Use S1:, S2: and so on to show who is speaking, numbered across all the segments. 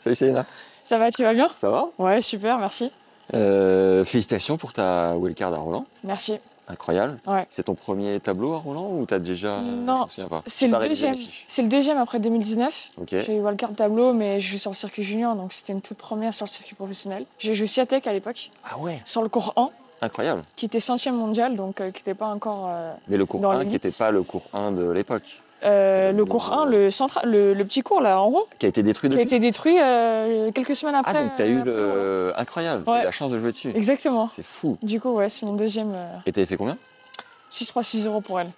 S1: Salut Céline,
S2: Ça va, tu vas bien
S1: ça va
S2: Ouais, super, merci.
S1: Euh, Félicitations pour ta wildcard à Roland,
S2: Merci.
S1: incroyable.
S2: Ouais.
S1: C'est ton premier tableau à Roland ou t'as déjà... euh, je
S2: Non,
S1: me souviens pas.
S2: C'est le
S1: Pareil, j'ai
S2: deuxième.
S1: les fiches.
S2: C'est le deuxième après 2019.
S1: Ok,
S2: J'ai eu Wildcard Tableau, mais je joue sur le circuit junior, donc c'était une toute première sur le circuit professionnel. J'ai joué Siatec à l'époque,
S1: ah ouais,
S2: sur le cours 1,
S1: incroyable.
S2: qui était centième mondial, donc euh, qui n'était pas encore. euh,
S1: Mais le cours
S2: Dans
S1: 1
S2: le
S1: qui
S2: mythe.
S1: n'était pas le cours 1 de l'époque,
S2: euh,
S1: C'est
S2: le
S1: le-
S2: cours 1, le, central, le, le petit cours là, en rond,
S1: qui a été détruit
S2: qui a
S1: depuis.
S2: été détruit euh, quelques semaines après.
S1: Ah donc t'as eu
S2: euh, après, ouais.
S1: le... Incroyable, t'as eu
S2: Ouais.
S1: la chance de jouer dessus.
S2: Exactement.
S1: C'est fou.
S2: Du coup, ouais, c'est mon deuxième. euh,
S1: Et t'avais fait combien
S2: 6-3-6-0 pour elle.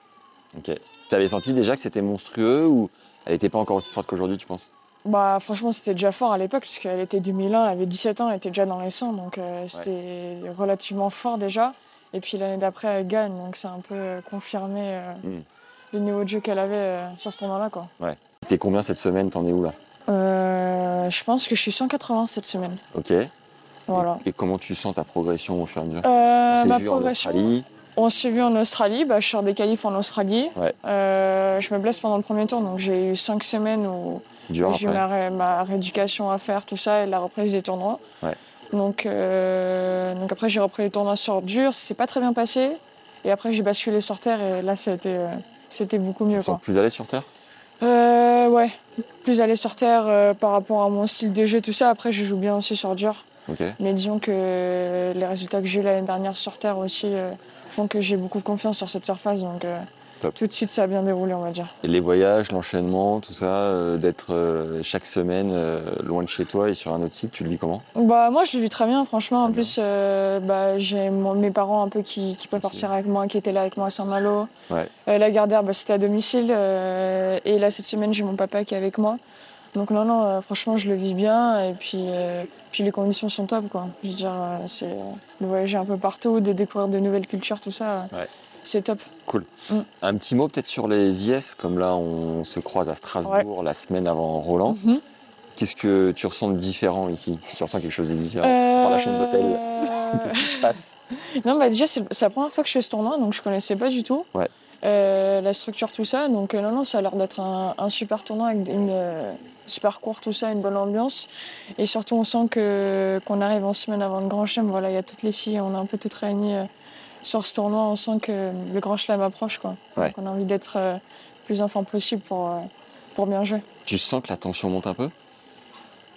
S1: Ok. T'avais senti déjà que c'était monstrueux ou elle n'était pas encore aussi forte qu'aujourd'hui, tu penses
S2: Bah franchement c'était déjà fort à l'époque puisqu'elle était 2001, elle avait 17 ans, elle était déjà dans les 100 donc euh, c'était relativement fort déjà. Et puis l'année d'après elle gagne donc c'est un peu euh, confirmé euh,
S1: Mm.
S2: le niveau de jeu qu'elle avait euh, sur ce tournoi-là quoi.
S1: T'es combien cette semaine T'en es où là
S2: Euh, je pense que je suis 180 cette semaine.
S1: Ok. Et-
S2: Voilà.
S1: Et, comment tu sens ta progression au fur et à mesure
S2: Euh,
S1: Hmm. On s'est
S2: ma
S1: vu
S2: progression.
S1: en Australie.
S2: On s'est vu en Australie, bah, je sors des qualifs en Australie.
S1: Ouais.
S2: Euh, je me blesse pendant le premier tour donc j'ai eu 5 semaines où
S1: Dur
S2: J'ai eu
S1: après.
S2: ma, ré- ma rééducation à faire, tout ça, et la reprise des tournois.
S1: Ouais.
S2: Donc, euh, donc après, j'ai repris les tournois sur dur, c'est pas très bien passé. Et après, j'ai basculé sur terre, et là, c'était, euh, c'était beaucoup
S1: Tu
S2: mieux.
S1: te
S2: Quoi.
S1: sens plus à l'aise sur terre
S2: Euh, ouais, plus aller sur terre euh, par rapport à mon style de jeu, tout ça. Après, je joue bien aussi sur dur.
S1: Ok.
S2: Mais disons que euh, les résultats que j'ai eu l'année dernière sur terre aussi euh, font que j'ai beaucoup de confiance sur cette surface. Donc, euh,
S1: Top.
S2: tout de suite, ça a bien déroulé, on va dire.
S1: Et les voyages, l'enchaînement, tout ça, euh, d'être euh, chaque semaine euh, loin de chez toi et sur un autre site, tu le vis comment
S2: Bah moi je le vis très bien franchement
S1: Très
S2: en
S1: bien.
S2: plus euh, bah, j'ai mon- mes parents un peu qui, qui peuvent
S1: Gentil.
S2: partir avec moi qui étaient là avec moi à Saint-Malo.
S1: Ouais.
S2: Euh, la Gardère bah, c'était à domicile euh, et là cette semaine j'ai mon papa qui est avec moi. Donc non non euh, franchement je le vis bien et puis euh, puis les conditions sont top quoi. Je veux dire euh, c'est euh, de voyager un peu partout, de découvrir de nouvelles cultures tout ça. euh,
S1: Ouais.
S2: C'est top.
S1: Un petit mot peut-être sur les IS, comme là on se croise à Strasbourg la semaine avant Roland.
S2: Mhm.
S1: Qu'est-ce que tu ressens de différent ici Si tu ressens quelque chose de différent par la chambre d'hôtel,
S2: Euh,
S1: qu'est-ce qui se passe
S2: Non, bah déjà, c'est c'est la première fois que je fais ce tournoi, donc je connaissais pas du tout.
S1: Ouais.
S2: Euh, la structure, tout ça. Donc, euh, non, non, ça a l'air d'être un, un super tournoi avec une euh, super court, tout ça, une bonne ambiance. Et surtout, on sent que qu'on arrive en semaine avant le Grand Chelem. Voilà, il y a toutes les filles, on est un peu toutes réunies euh, sur ce tournoi. On sent que le Grand Chelem approche, quoi.
S1: Ouais.
S2: Donc, on a envie d'être euh, le plus enfant possible pour, euh, pour bien jouer.
S1: Tu sens que la tension monte un peu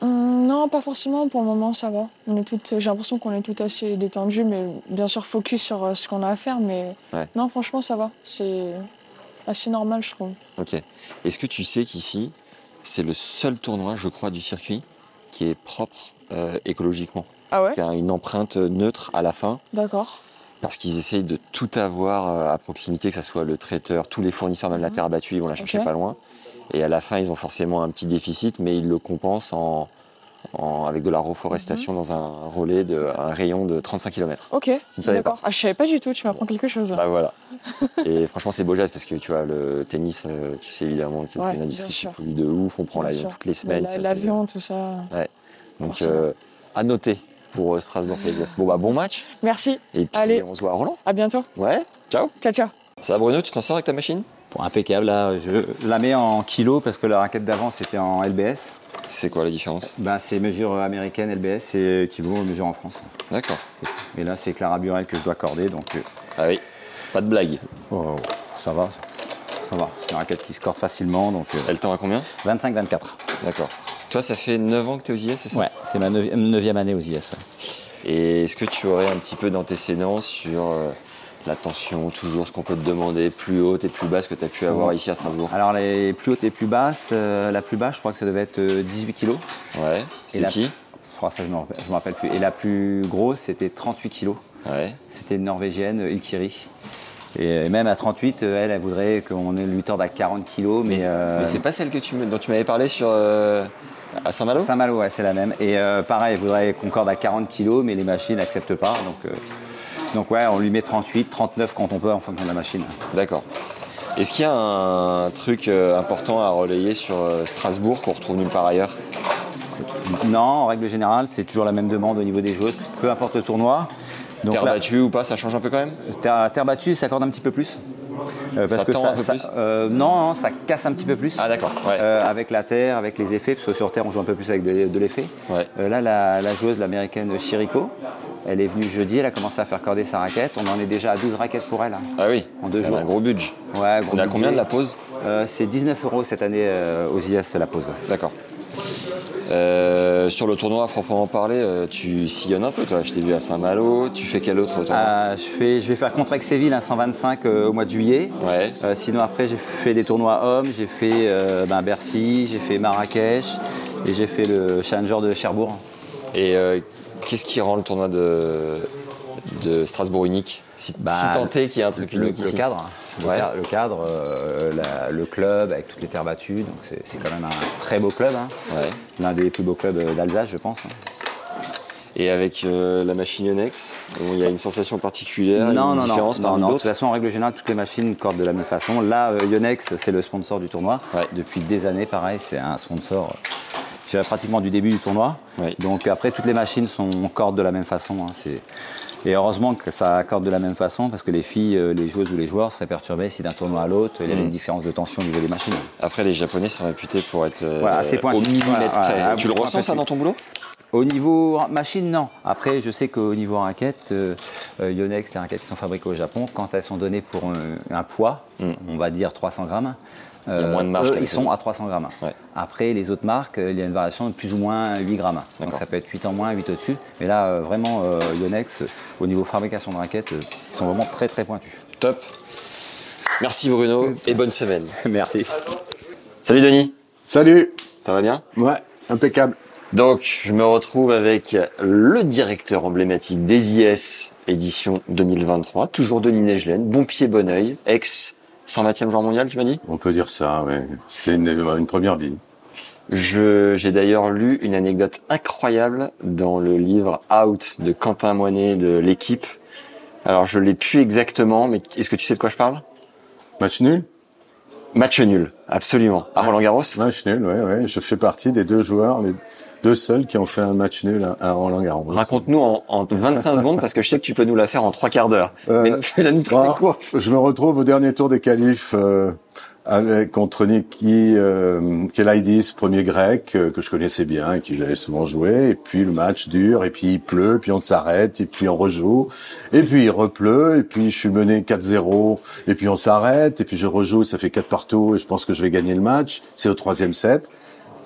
S2: Hum, non, pas forcément. Pour le moment, ça va. On est toutes, j'ai l'impression qu'on est toutes assez détendues, mais bien sûr focus sur euh, ce qu'on a à faire. Mais
S1: Ouais.
S2: non, franchement, ça va. C'est assez normal, je trouve.
S1: Ok. Est-ce que tu sais qu'ici, c'est le seul tournoi, je crois, du circuit qui est propre euh, écologiquement,
S2: Ah ouais
S1: qui a une empreinte neutre à la fin
S2: D'accord.
S1: parce qu'ils essayent de tout avoir euh, à proximité, que ce soit le traiteur, tous les fournisseurs, même la
S2: Mhm.
S1: terre abattue, ils vont la chercher
S2: Ok.
S1: pas loin. Et à la fin, ils ont forcément un petit déficit, mais ils le compensent en, en- avec de la reforestation
S2: Mhm.
S1: dans un relais, de, un rayon de 35 km.
S2: Ok.
S1: ne savais
S2: D'accord. Ah, je savais pas du tout. Tu m'apprends quelque chose.
S1: Bah voilà. Et franchement, c'est beau geste parce que tu vois, le tennis, euh, tu sais évidemment que
S2: Ouais,
S1: c'est une
S2: bien
S1: industrie qui
S2: sûr.
S1: pollue de ouf, on prend
S2: Bien
S1: l'avion
S2: sûr.
S1: toutes les semaines.
S2: La-
S1: c'est-
S2: L'avion, tout ça.
S1: c'est- Donc,
S2: forcément.
S1: euh, à noter pour euh, Strasbourg Playgas. Bon, bah bon match.
S2: Merci.
S1: Et puis,
S2: Allez.
S1: on se voit à Roland.
S2: À bientôt.
S1: Ouais, ciao.
S2: Ciao, ciao.
S1: Ça va, Bruno, tu t'en sors avec ta machine
S3: Bon, impeccable, là, je la mets en kilos parce que la raquette d'avant c'était en LBS.
S1: C'est quoi la différence
S3: Bah, c'est mesure américaine LBS et Thibaut mesure en France.
S1: D'accord.
S3: Et là, c'est Clara Burel que je dois accorder, donc euh,
S1: Ah oui, pas de blague.
S3: oh, ça va, ça va. C'est une raquette qui se corde facilement, donc euh,
S1: Elle tend à combien
S3: 25-24.
S1: D'accord. Toi, ça fait 9 ans que tu es aux IS, c'est ça
S3: Ouais, c'est ma neuvi- neuvième année aux IS. ouais.
S1: Et est-ce que tu aurais un petit peu d'antécédent sur euh, la tension, toujours ce qu'on peut te demander, plus haute et plus basse que tu as pu avoir
S3: Ouais.
S1: ici à Strasbourg
S3: Alors, les plus hautes et plus basses, euh, la plus basse, je crois que ça devait être euh, 18 kilos.
S1: Ouais.
S3: Et
S1: C'est
S3: la-
S1: qui
S3: Oh, ça, je m'en rappelle- je m'en rappelle plus. Et la plus grosse, c'était 38 kilos.
S1: Ouais.
S3: C'était une Norvégienne, Ilkiri. Et même à 38, euh, elle, elle voudrait qu'on ait le 8 à 40 kg, mais,
S1: Mais,
S3: euh,
S1: mais c'est pas celle que tu me- dont tu m'avais parlé sur euh, à Saint-Malo.
S3: Saint-Malo, ouais, c'est la même. Et euh, pareil, elle voudrait Concorde à 40 kg, mais les machines n'acceptent pas. Donc, euh, donc ouais, on lui met 38, 39 quand on peut en fonction de la machine.
S1: D'accord. Est-ce qu'il y a un truc euh, important à relayer sur euh, Strasbourg qu'on retrouve nulle part ailleurs
S3: Non, en règle générale, c'est toujours la même demande au niveau des joueuses, peu importe le tournoi. Donc
S1: Terre
S3: là,
S1: battue ou pas, ça change un peu quand même
S3: terre, terre battue, ça accorde un petit peu plus. Euh,
S1: Ça tend un peu plus
S3: euh, non, non, ça casse un petit peu plus.
S1: Ah, d'accord, ouais.
S3: Euh, avec la terre, avec les effets, parce que sur terre, on joue un peu plus avec de, de l'effet.
S1: Ouais.
S3: Euh, là, la, la joueuse, l'américaine Chirico, elle est venue jeudi, elle a commencé à faire corder sa raquette. On en est déjà à 12 raquettes pour elle.
S1: Ah oui,
S3: En deux
S1: elle a
S3: jours.
S1: un gros budget.
S3: Ouais, gros
S1: On est à
S3: budget.
S1: combien de la pause
S3: Euh, C'est 19 euros cette année euh, aux IS la pause.
S1: D'accord. Euh, sur le tournoi à proprement parler, euh, tu sillonnes un peu toi. Je t'ai vu à Saint-Malo, tu fais quel autre tournoi
S3: Euh, je, fais- je vais faire contre Séville à 125 euh, au mois de juillet.
S1: Ouais.
S3: Euh, sinon après j'ai fait des tournois hommes, j'ai fait euh, ben, Bercy, j'ai fait Marrakech et j'ai fait le Challenger de Cherbourg. Ah.
S1: Et euh, qu'est-ce qui rend le tournoi de, de Strasbourg unique Si,
S3: Bah,
S1: si tant est qu'il y a un truc
S3: le,
S1: unique
S3: le
S1: ici.
S3: cadre, hein. le
S1: Ouais.
S3: ca- le cadre, euh, la- le club avec toutes les terres battues, donc c'est c'est quand même un très beau club, hein.
S1: Ouais.
S3: l'un des plus beaux clubs euh, d'Alsace je pense. hein.
S1: Et avec euh, la machine Yonex, où il y a une sensation particulière,
S3: Non,
S1: une
S3: non, non,
S1: différence
S3: non,
S1: parmi
S3: non, de toute
S1: d'autres.
S3: façon en règle générale toutes les machines cordent de la même façon. Là euh, Yonex c'est le sponsor du tournoi,
S1: Ouais.
S3: depuis des années pareil c'est un sponsor euh, je dirais pratiquement du début du tournoi.
S1: Ouais.
S3: Donc après toutes les machines sont cordes de la même façon. hein, c'est- Et heureusement que ça corde de la même façon parce que les filles, euh, les joueuses ou les joueurs seraient perturbés si d'un tournoi à l'autre il y
S1: Mm.
S3: avait une différence de tension au niveau des machines.
S1: Après, les Japonais sont réputés pour être euh,
S3: Voilà, assez
S1: au
S3: pointus.
S1: millimètre
S3: Voilà,
S1: près.
S3: voilà,
S1: tu le
S3: voilà,
S1: ressens ça
S3: pointu.
S1: dans ton boulot
S3: Au niveau ra- machine, non. Après, je sais qu'au niveau raquette, euh, euh, Yonex, les raquettes qui sont fabriquées au Japon, quand elles sont données pour euh, un poids, on va dire 300 grammes,
S1: Mm.
S3: euh,
S1: y a moins de marge
S3: eux,
S1: qu'avec
S3: ils
S1: les
S3: sont
S1: autres.
S3: à 300 grammes.
S1: Ouais.
S3: Après, les autres marques, euh, il y a une variation de plus ou moins 8 grammes. Donc
S1: D'accord.
S3: ça peut être 8 en moins, 8 au-dessus. Mais là, euh, vraiment, euh, Yonex, euh, au niveau fabrication de raquettes, euh, ils sont vraiment très très pointus.
S1: Top. Merci Bruno et bonne semaine.
S3: Merci.
S1: Salut Denis,
S4: Salut
S1: ça va bien
S4: Ouais, impeccable.
S1: Donc, je me retrouve avec le directeur emblématique des IS édition 2023, toujours Denis Negelen, bon pied, bon oeil, ex 120e joueur mondial, tu m'as dit
S4: On peut dire ça, ouais. C'était une, une première vie.
S1: Je- J'ai d'ailleurs lu une anecdote incroyable dans le livre Out de Quentin Moinet de l'équipe. Alors, je l'ai plus exactement, mais est-ce que tu sais de quoi je parle
S4: Match nul
S1: Match nul, absolument. À Roland Garros
S4: Match nul, ouais, ouais. Je fais partie des deux joueurs, les deux seuls qui ont fait un match nul à- à Roland Garros.
S1: Raconte-nous en, en 25 secondes, parce que je sais que tu peux nous la faire en trois quarts d'heure.
S4: Euh,
S1: mais fais-la-nous très
S4: bon,
S1: courte.
S4: Je me retrouve au dernier tour des qualifs euh, avec, contre Niki euh, Kelaidis, premier grec, euh, que je connaissais bien et qui j'avais souvent joué. Et puis le match dure, et puis il pleut, puis on s'arrête, et puis on rejoue. Et puis il repleut, et puis je suis mené 4-0, et puis on s'arrête, et puis je rejoue, ça fait 4 partout, et je pense que je vais gagner le match. C'est au troisième set.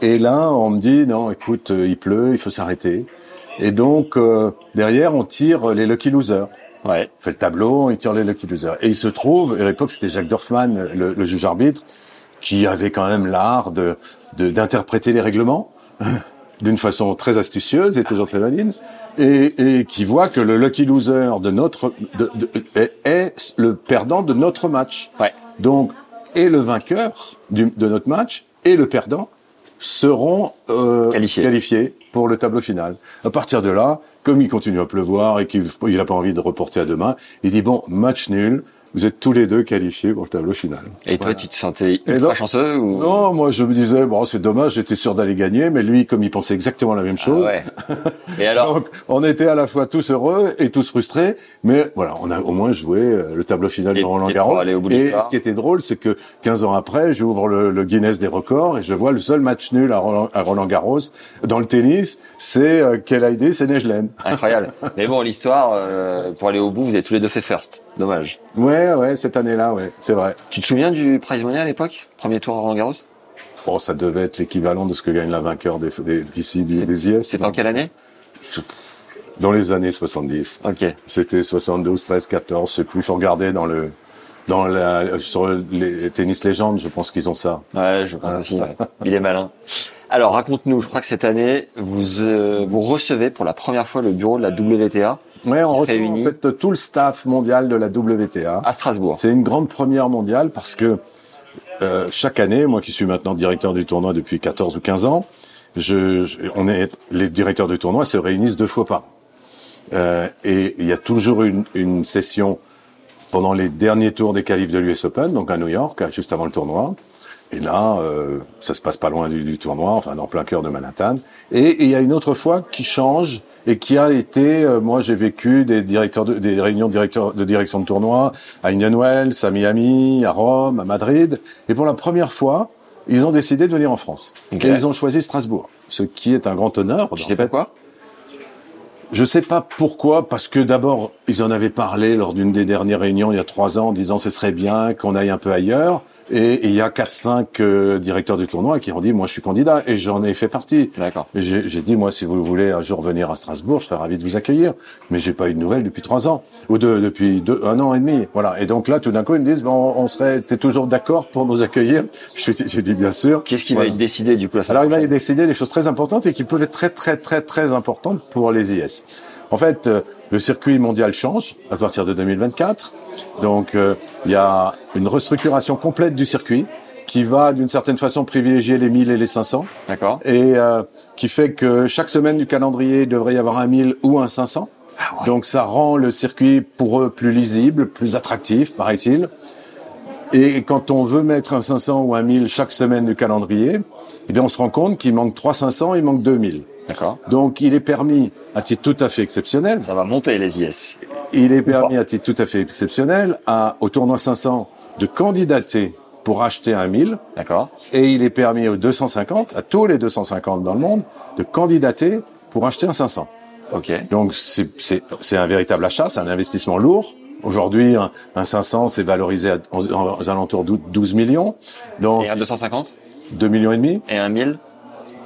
S4: Et là, on me dit, non, écoute, euh, il pleut, il faut s'arrêter. Et donc, euh, derrière, on tire les Lucky Losers
S1: Ouais.
S4: fait le tableau, il tire les lucky losers. Et il se trouve, à l'époque c'était Jacques Dorfman, le, le juge arbitre, qui avait quand même l'art de de- d'interpréter les règlements d'une façon très astucieuse et toujours très valide, et, et qui voit que le lucky loser de notre de- de- est, est le perdant de notre match.
S1: Ouais.
S4: Donc, et le vainqueur du- de notre match et le perdant seront euh,
S1: Qualifiés.
S4: qualifiés pour le tableau final. À partir de là, comme il continue à pleuvoir et qu'il n'a pas envie de reporter à demain, il dit bon, match nul, vous êtes tous les deux qualifiés pour le tableau final.
S1: Et toi,
S4: Voilà.
S1: tu te sentais ultra
S4: donc-
S1: chanceux ou
S4: Non, moi je me disais bon, c'est dommage, j'étais sûr d'aller gagner, mais lui, comme il pensait exactement la même
S1: Ah
S4: chose,
S1: ouais. Et alors
S4: donc on était à la fois tous heureux et tous frustrés, mais voilà, on a au moins joué euh, le tableau final
S1: Et-
S4: de Roland
S1: et
S4: Garros.
S1: pour aller au bout de
S4: Et
S1: l'histoire.
S4: ce qui était drôle, c'est que 15 ans après, j'ouvre le, le Guinness des records et je vois le seul match nul à Roland, à Roland Garros dans le tennis, c'est euh, Kelaide, c'est Nejlen.
S1: Incroyable. Mais bon, l'histoire, euh, pour aller au bout, vous avez tous les deux fait first. Dommage.
S4: Ouais, ouais, cette année-là, ouais, c'est vrai.
S1: Tu te souviens du prize money à l'époque Premier tour à Roland Garros
S4: Bon, ça devait être l'équivalent de ce que gagne la vainqueur des- des- d'ici du- des IS.
S1: C'était en quelle année
S4: Dans les années 70.
S1: Ok.
S4: C'était 72, 13, 14. C'est plus faut regarder dans le dans la sur les tennis légendes, je pense qu'ils ont ça.
S1: Ouais, je pense aussi. ouais. Il est malin. Alors, raconte-nous. Je crois que cette année, vous euh, vous recevez pour la première fois le bureau de la WTA.
S4: Ouais, on
S1: Qui se
S4: reçoit en
S1: réunit. Ah.
S4: fait tout le staff mondial de la WTA.
S1: à Strasbourg.
S4: C'est une grande première mondiale parce que euh, chaque année, moi qui suis maintenant directeur du tournoi depuis 14 ou 15 ans, je, je- on est, les directeurs du tournoi se réunissent deux fois par an. Euh, et il y a toujours une, une session pendant les derniers tours des qualifs de l'US Open, donc à New York, juste avant le tournoi. Et là, euh, ça se passe pas loin du, du tournoi, enfin dans plein cœur de Manhattan. Et et il y a une autre fois qui change et qui a été, euh, moi j'ai vécu des directeurs de- des réunions de, directeurs, de direction de tournoi à Indian Wells, à Miami, à Rome, à Madrid. Et pour la première fois, ils ont décidé de venir en France.
S1: Ok.
S4: Et ils ont choisi Strasbourg, ce qui est un grand honneur.
S1: Tu
S4: dans-
S1: sais pas quoi
S4: je sais pas pourquoi, parce que d'abord, ils en avaient parlé lors d'une des dernières réunions il y a trois ans, en disant ce serait bien qu'on aille un peu ailleurs. Et et il y a quatre, cinq euh, directeurs du tournoi qui ont dit, moi je suis candidat, et j'en ai fait partie.
S1: D'accord.
S4: Et J'ai j'ai dit, moi, si vous voulez un jour venir à Strasbourg, je serais ravi de vous accueillir. Mais j'ai pas eu de nouvelles depuis trois ans. Ou de, depuis deux, un an et demi. Voilà. Et donc là, tout d'un coup, ils me disent, bon, on serait, t'es toujours d'accord pour nous accueillir? Je dis- J'ai dit, bien sûr.
S1: Qu'est-ce qui
S4: Voilà.
S1: va être décidé du coup la semaine
S4: Alors, il va y
S1: prochaine
S4: décider des choses très importantes et qui peuvent être très, très, très, très importantes pour les IS. En fait, euh, le circuit mondial change à partir de 2024. Donc, euh, il y a une restructuration complète du circuit qui va, d'une certaine façon, privilégier les 1000 et les 500
S1: D'accord.
S4: et euh, qui fait que chaque semaine du calendrier, il devrait y avoir un 1000 ou un 500. Donc, ça rend le circuit pour eux plus lisible, plus attractif, paraît-il. Et quand on veut mettre un 500 ou un 1000 chaque semaine du calendrier, eh bien on se rend compte qu'il manque 3 500, il manque 2000.
S1: D'accord.
S4: Donc il est permis à titre tout à fait exceptionnel,
S1: Ça va monter les IS.
S4: il est permis à titre tout à fait exceptionnel à, au tournoi 500 de candidater pour acheter un 1000
S1: D'accord.
S4: et il est permis aux 250, à tous les 250 dans le monde, de candidater pour acheter un 500.
S1: Ok.
S4: Donc c'est- c'est c'est un véritable achat, c'est un investissement lourd. Aujourd'hui, un, un 500, c'est valorisé à, aux, aux alentours de 12 millions. Donc
S1: Et un 250
S4: 2 millions et demi,
S1: et un 1000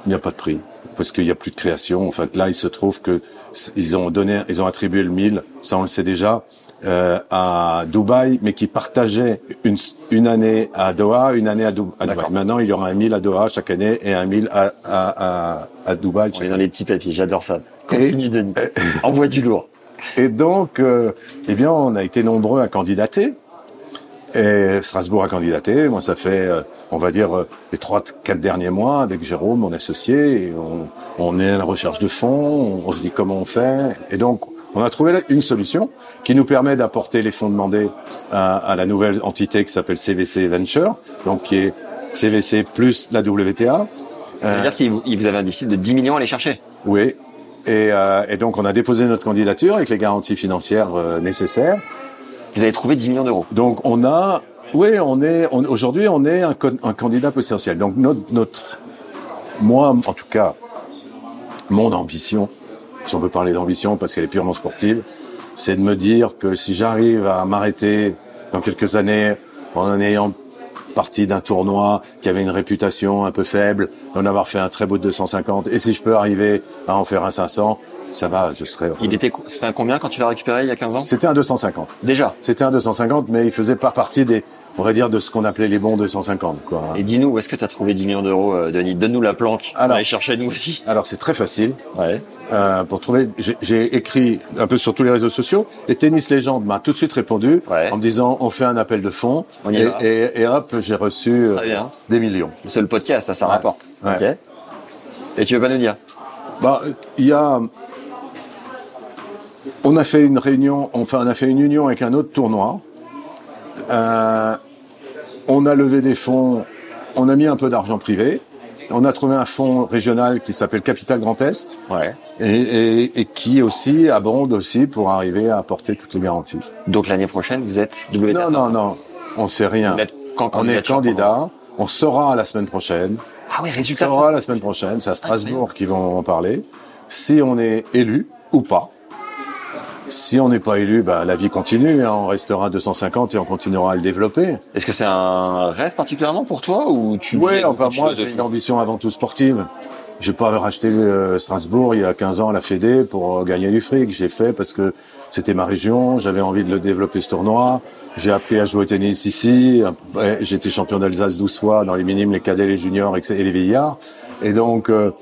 S4: il n'y a pas de prix parce qu'il n'y a plus de création. En fait, là, il se trouve que s- ils ont donné, ils ont attribué le 1000, ça on le sait déjà, euh, à Dubaï, mais qui partageait une, s- une année à Doha, une année à, Dou- à Dubaï.
S1: D'accord.
S4: Maintenant, il y aura un 1000 à Doha chaque année et un 1000 à, à, à, à Dubaï.
S1: On est dans les petits papiers, j'adore ça. Continue Denis. Envoie du lourd.
S4: Et donc, euh, eh bien, on a été nombreux à candidater. Et Strasbourg a candidaté. Moi, ça fait, euh, on va dire, euh, les trois, quatre derniers mois avec Jérôme, mon associé. et on, on est à la recherche de fonds. On, on se dit comment on fait. Et donc, on a trouvé là une solution qui nous permet d'apporter les fonds demandés à, à la nouvelle entité qui s'appelle CVC Venture, donc qui est CVC plus la WTA.
S1: Ça veut dire qu'il vous, il vous avez un déficit de 10 millions à aller chercher.
S4: Oui. Et, euh, et donc, on a déposé notre candidature avec les garanties financières euh, nécessaires.
S1: Vous avez trouvé 10 millions d'euros.
S4: Donc on a, oui, on est, on- aujourd'hui on est un, con- un candidat potentiel. Donc notre, notre, moi en tout cas, mon ambition, si on peut parler d'ambition parce qu'elle est purement sportive, c'est de me dire que si j'arrive à m'arrêter dans quelques années en ayant parti d'un tournoi qui avait une réputation un peu faible, en avoir fait un très beau 250, et si je peux arriver à en faire un 500, ça va, je serai heureux.
S1: Il était, co- c'était un combien quand tu l'as récupéré il y a 15 ans
S4: C'était un 250.
S1: Déjà.
S4: C'était un 250, mais il faisait pas partie des, on va dire, de ce qu'on appelait les bons 250, quoi.
S1: Et dis-nous, où est-ce que tu as trouvé 10 millions d'euros, euh, Denis Donne-nous la planque.
S4: Alors.
S1: Allez chercher nous aussi.
S4: Alors c'est très facile
S1: Ouais.
S4: euh, pour trouver. j'ai- J'ai écrit un peu sur tous les réseaux sociaux et Tennis Légende m'a tout de suite répondu
S1: Ouais.
S4: en me disant on fait un appel de fonds
S1: On y
S4: et,
S1: va.
S4: et, et hop j'ai reçu euh,
S1: Très bien.
S4: des millions.
S1: Le seul podcast, ça, ça
S4: Ouais.
S1: rapporte.
S4: Ouais.
S1: Ok. Et tu veux pas nous dire
S4: Bah euh, il y a, on a fait une réunion, enfin on a fait une union avec un autre tournoi. Euh, on a levé des fonds, on a mis un peu d'argent privé. On a trouvé un fonds régional qui s'appelle Capital Grand Est.
S1: Ouais.
S4: et, et- et qui aussi abonde aussi pour arriver à apporter toutes les garanties.
S1: Donc l'année prochaine, vous êtes WTA
S4: Non,
S1: 500.
S4: non, non, on sait rien.
S1: Vous n'êtes qu'en
S4: On est
S1: candidature
S4: candidat, on saura la semaine prochaine.
S1: Ah oui,
S4: On
S1: résultat.
S4: saura la semaine prochaine, c'est à Strasbourg qu'ils vont en parler, si on est élu ou pas. Si on n'est pas élu, bah, la vie continue, hein, on restera à 250 et on continuera à le développer.
S1: Est-ce que c'est un rêve particulièrement pour toi ou tu
S4: Oui,
S1: vis
S4: enfin
S1: quelque
S4: moi
S1: chose de-
S4: j'ai une ambition avant tout sportive. J'ai pas racheté euh, Strasbourg il y a 15 ans à la Fédé pour euh, gagner du fric. J'ai fait parce que c'était ma région, j'avais envie de le développer ce tournoi. J'ai appris à jouer au tennis ici. Ouais, J'ai été champion d'Alsace 12 fois dans les minimes, les cadets, les juniors et les vieillards. Et donc euh,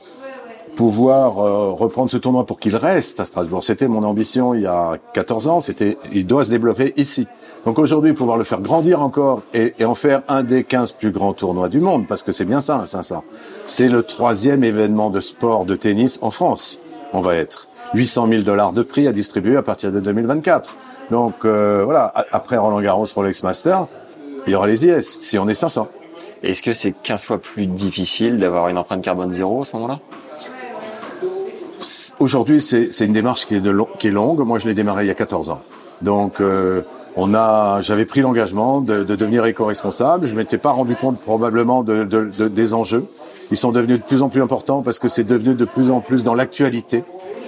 S4: pouvoir euh, reprendre ce tournoi pour qu'il reste à Strasbourg. C'était mon ambition il y a 14 ans, c'était il doit se développer ici. Donc aujourd'hui, pouvoir le faire grandir encore et, et en faire un des 15 plus grands tournois du monde, parce que c'est bien ça, un 500. C'est le troisième événement de sport de tennis en France, on va être. 800 000 dollars de prix à distribuer à partir de 2024. Donc euh, voilà, a- après Roland Garros, Rolex Master, il y aura les IS, si on est 500.
S1: Est-ce que c'est 15 fois plus difficile d'avoir une empreinte carbone zéro à ce moment-là
S4: C'est- Aujourd'hui, c'est c'est une démarche qui est, de long- qui est longue. Moi, je l'ai démarrée il y a 14 ans. Donc, euh, on a, j'avais pris l'engagement de, de devenir éco-responsable. Je m'étais pas rendu compte probablement de, de- de- des enjeux. Ils sont devenus de plus en plus importants parce que c'est devenu de plus en plus dans l'actualité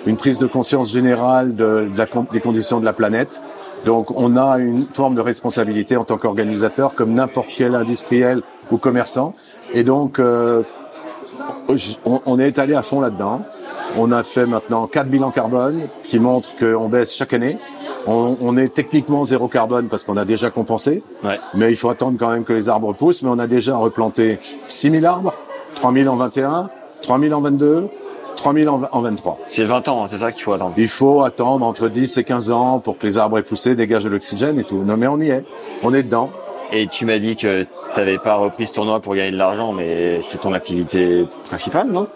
S4: une prise de conscience générale de- de la con- des conditions de la planète. Donc, on a une forme de responsabilité en tant qu'organisateur, comme n'importe quel industriel ou commerçant. Et donc, euh, Oh, je- on, on est allé à fond là-dedans. On a fait maintenant quatre bilans carbone qui montrent qu'on baisse chaque année. On, on est techniquement zéro carbone parce qu'on a déjà compensé.
S1: Ouais.
S4: Mais il faut attendre quand même que les arbres poussent. Mais on a déjà replanté 6000 arbres, 3000 en 21, 3000 en 22, 3000 en, en 23.
S1: C'est 20 ans, hein, c'est ça qu'il faut attendre.
S4: Il faut attendre entre 10 et 15 ans pour que les arbres aient poussé, dégagent de l'oxygène et tout. Non mais on y est. On est dedans.
S1: Et tu m'as dit que t'avais pas repris ce tournoi pour gagner de l'argent, mais c'est ton activité principale, non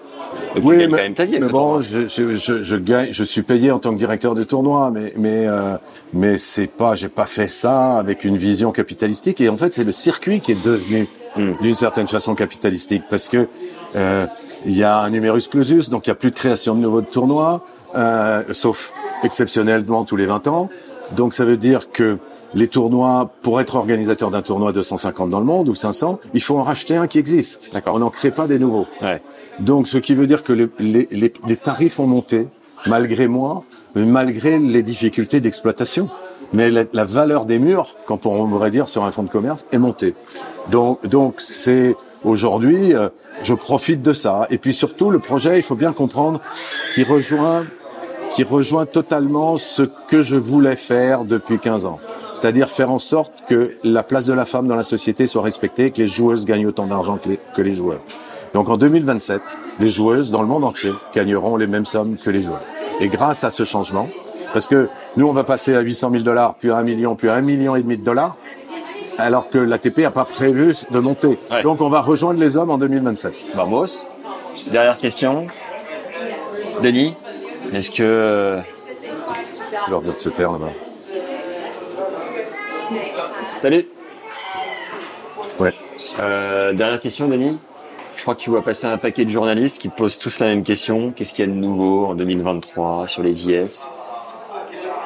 S1: Donc tu gagnes quand même ta vie avec
S4: mais
S1: ce
S4: bon,
S1: tournoi.
S4: je, je, je, je gagne, je suis payé en tant que directeur du tournoi, mais mais euh, mais c'est pas, j'ai pas fait ça avec une vision capitalistique. Et en fait, c'est le circuit qui est devenu
S1: Mm.
S4: d'une certaine façon capitalistique parce que euh, il y a un numerus clausus, donc il y a plus de création de nouveaux tournois, euh, sauf exceptionnellement tous les 20 ans. Donc ça veut dire que les tournois, pour être organisateur d'un tournoi 250 dans le monde ou 500, il faut en racheter un qui existe.
S1: D'accord.
S4: On n'en crée pas des nouveaux.
S1: Ouais.
S4: Donc, ce qui veut dire que les, les- les- les tarifs ont monté, malgré moi, mais malgré les difficultés d'exploitation. Mais la, la valeur des murs, quand on pourrait dire sur un fonds de commerce, est montée. Donc, donc c'est aujourd'hui, euh, je profite de ça. Et puis surtout, le projet, il faut bien comprendre, qui rejoint qui rejoint totalement ce que je voulais faire depuis 15 ans. C'est-à-dire faire en sorte que la place de la femme dans la société soit respectée et que les joueuses gagnent autant d'argent que les, que les joueurs. Donc en 2027, les joueuses dans le monde entier gagneront les mêmes sommes que les joueurs. Et grâce à ce changement, parce que nous on va passer à 800 000 dollars, puis à 1 million, puis à 1 million et demi de dollars, alors que l'ATP n'a pas prévu de monter.
S1: Ouais.
S4: Donc on va rejoindre les hommes en 2027.
S1: Vamos. Dernière question. Denis, est-ce que euh,
S4: Lors de ce terme, là
S1: Salut.
S4: Ouais.
S1: Euh, dernière question, Denis. Je crois que tu vois passer un paquet de journalistes qui te posent tous la même question. Qu'est-ce qu'il y a de nouveau en 2023 sur les IS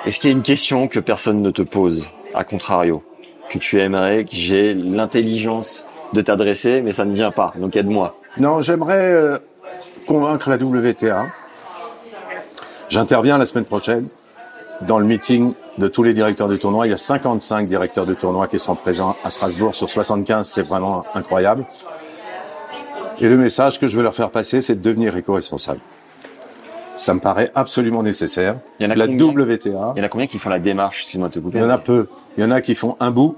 S1: Est-ce qu'il y a une question que personne ne te pose, à contrario, que tu aimerais, que j'ai l'intelligence de t'adresser, mais ça ne vient pas, donc aide-moi.
S4: Non, j'aimerais euh, convaincre la WTA. J'interviens la semaine prochaine dans le meeting de tous les directeurs du tournoi. Il y a 55 directeurs de tournoi qui sont présents à Strasbourg sur 75. C'est vraiment incroyable. Et le message que je veux leur faire passer, c'est de devenir éco-responsable. Ça me paraît absolument nécessaire.
S1: Il y en a
S4: la
S1: combien
S4: WTA,
S1: Il y en a combien qui font la démarche, excuse-moi de te couper.
S4: il y en a
S1: mais-
S4: peu. Il y en a qui font un bout,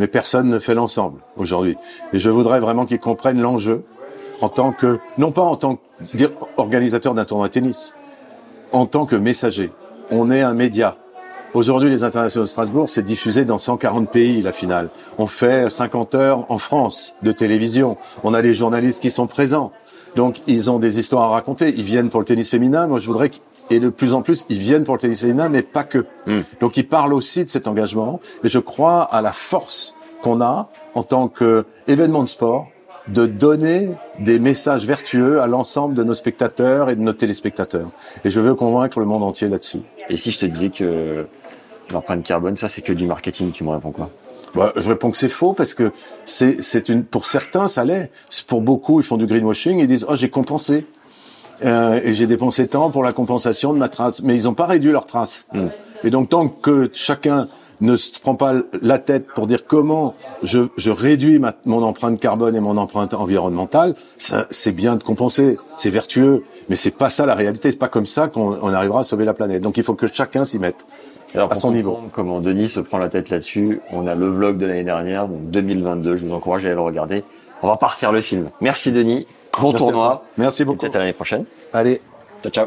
S4: mais personne ne fait l'ensemble aujourd'hui. Et je voudrais vraiment qu'ils comprennent l'enjeu en tant que, non pas en tant que dire, organisateur d'un tournoi de tennis, en tant que messager. On est un média. Aujourd'hui, les internationaux de Strasbourg, c'est diffusé dans 140 pays, la finale. On fait 50 heures en France de télévision. On a des journalistes qui sont présents. Donc, ils ont des histoires à raconter. Ils viennent pour le tennis féminin. Moi, je voudrais qu'- et de plus en plus, ils viennent pour le tennis féminin, mais pas que. Donc, ils parlent aussi de cet engagement. Et je crois à la force qu'on a en tant qu'événement de sport de donner des messages vertueux à l'ensemble de nos spectateurs et de nos téléspectateurs. Et je veux convaincre le monde entier là-dessus.
S1: Et si je te disais que l'empreinte carbone, ça c'est que du marketing, tu me réponds quoi
S4: Bah, je réponds que c'est faux parce que c'est c'est une pour certains ça l'est. C'est Pour beaucoup ils font du greenwashing ils disent oh j'ai compensé Euh, et j'ai dépensé tant pour la compensation de ma trace mais ils n'ont pas réduit leur trace.
S1: Mm.
S4: Et donc tant que chacun ne se prend pas la tête pour dire comment je, je réduis ma, mon empreinte carbone et mon empreinte environnementale, ça c'est bien de compenser, c'est vertueux, mais c'est pas ça la réalité, c'est pas comme ça qu'on on arrivera à sauver la planète. Donc il faut que chacun s'y mette.
S1: Alors,
S4: à
S1: pour
S4: son niveau.
S1: comprendre Comment Denis se prend la tête là-dessus On a le vlog de l'année dernière, donc 2022. Je vous encourage à aller le regarder. On va pas refaire le film. Merci Denis. Bon
S4: Merci à
S1: tournoi.
S4: toi. Merci
S1: Et
S4: beaucoup.
S1: Peut-être à l'année prochaine.
S4: Allez.
S1: Ciao, ciao.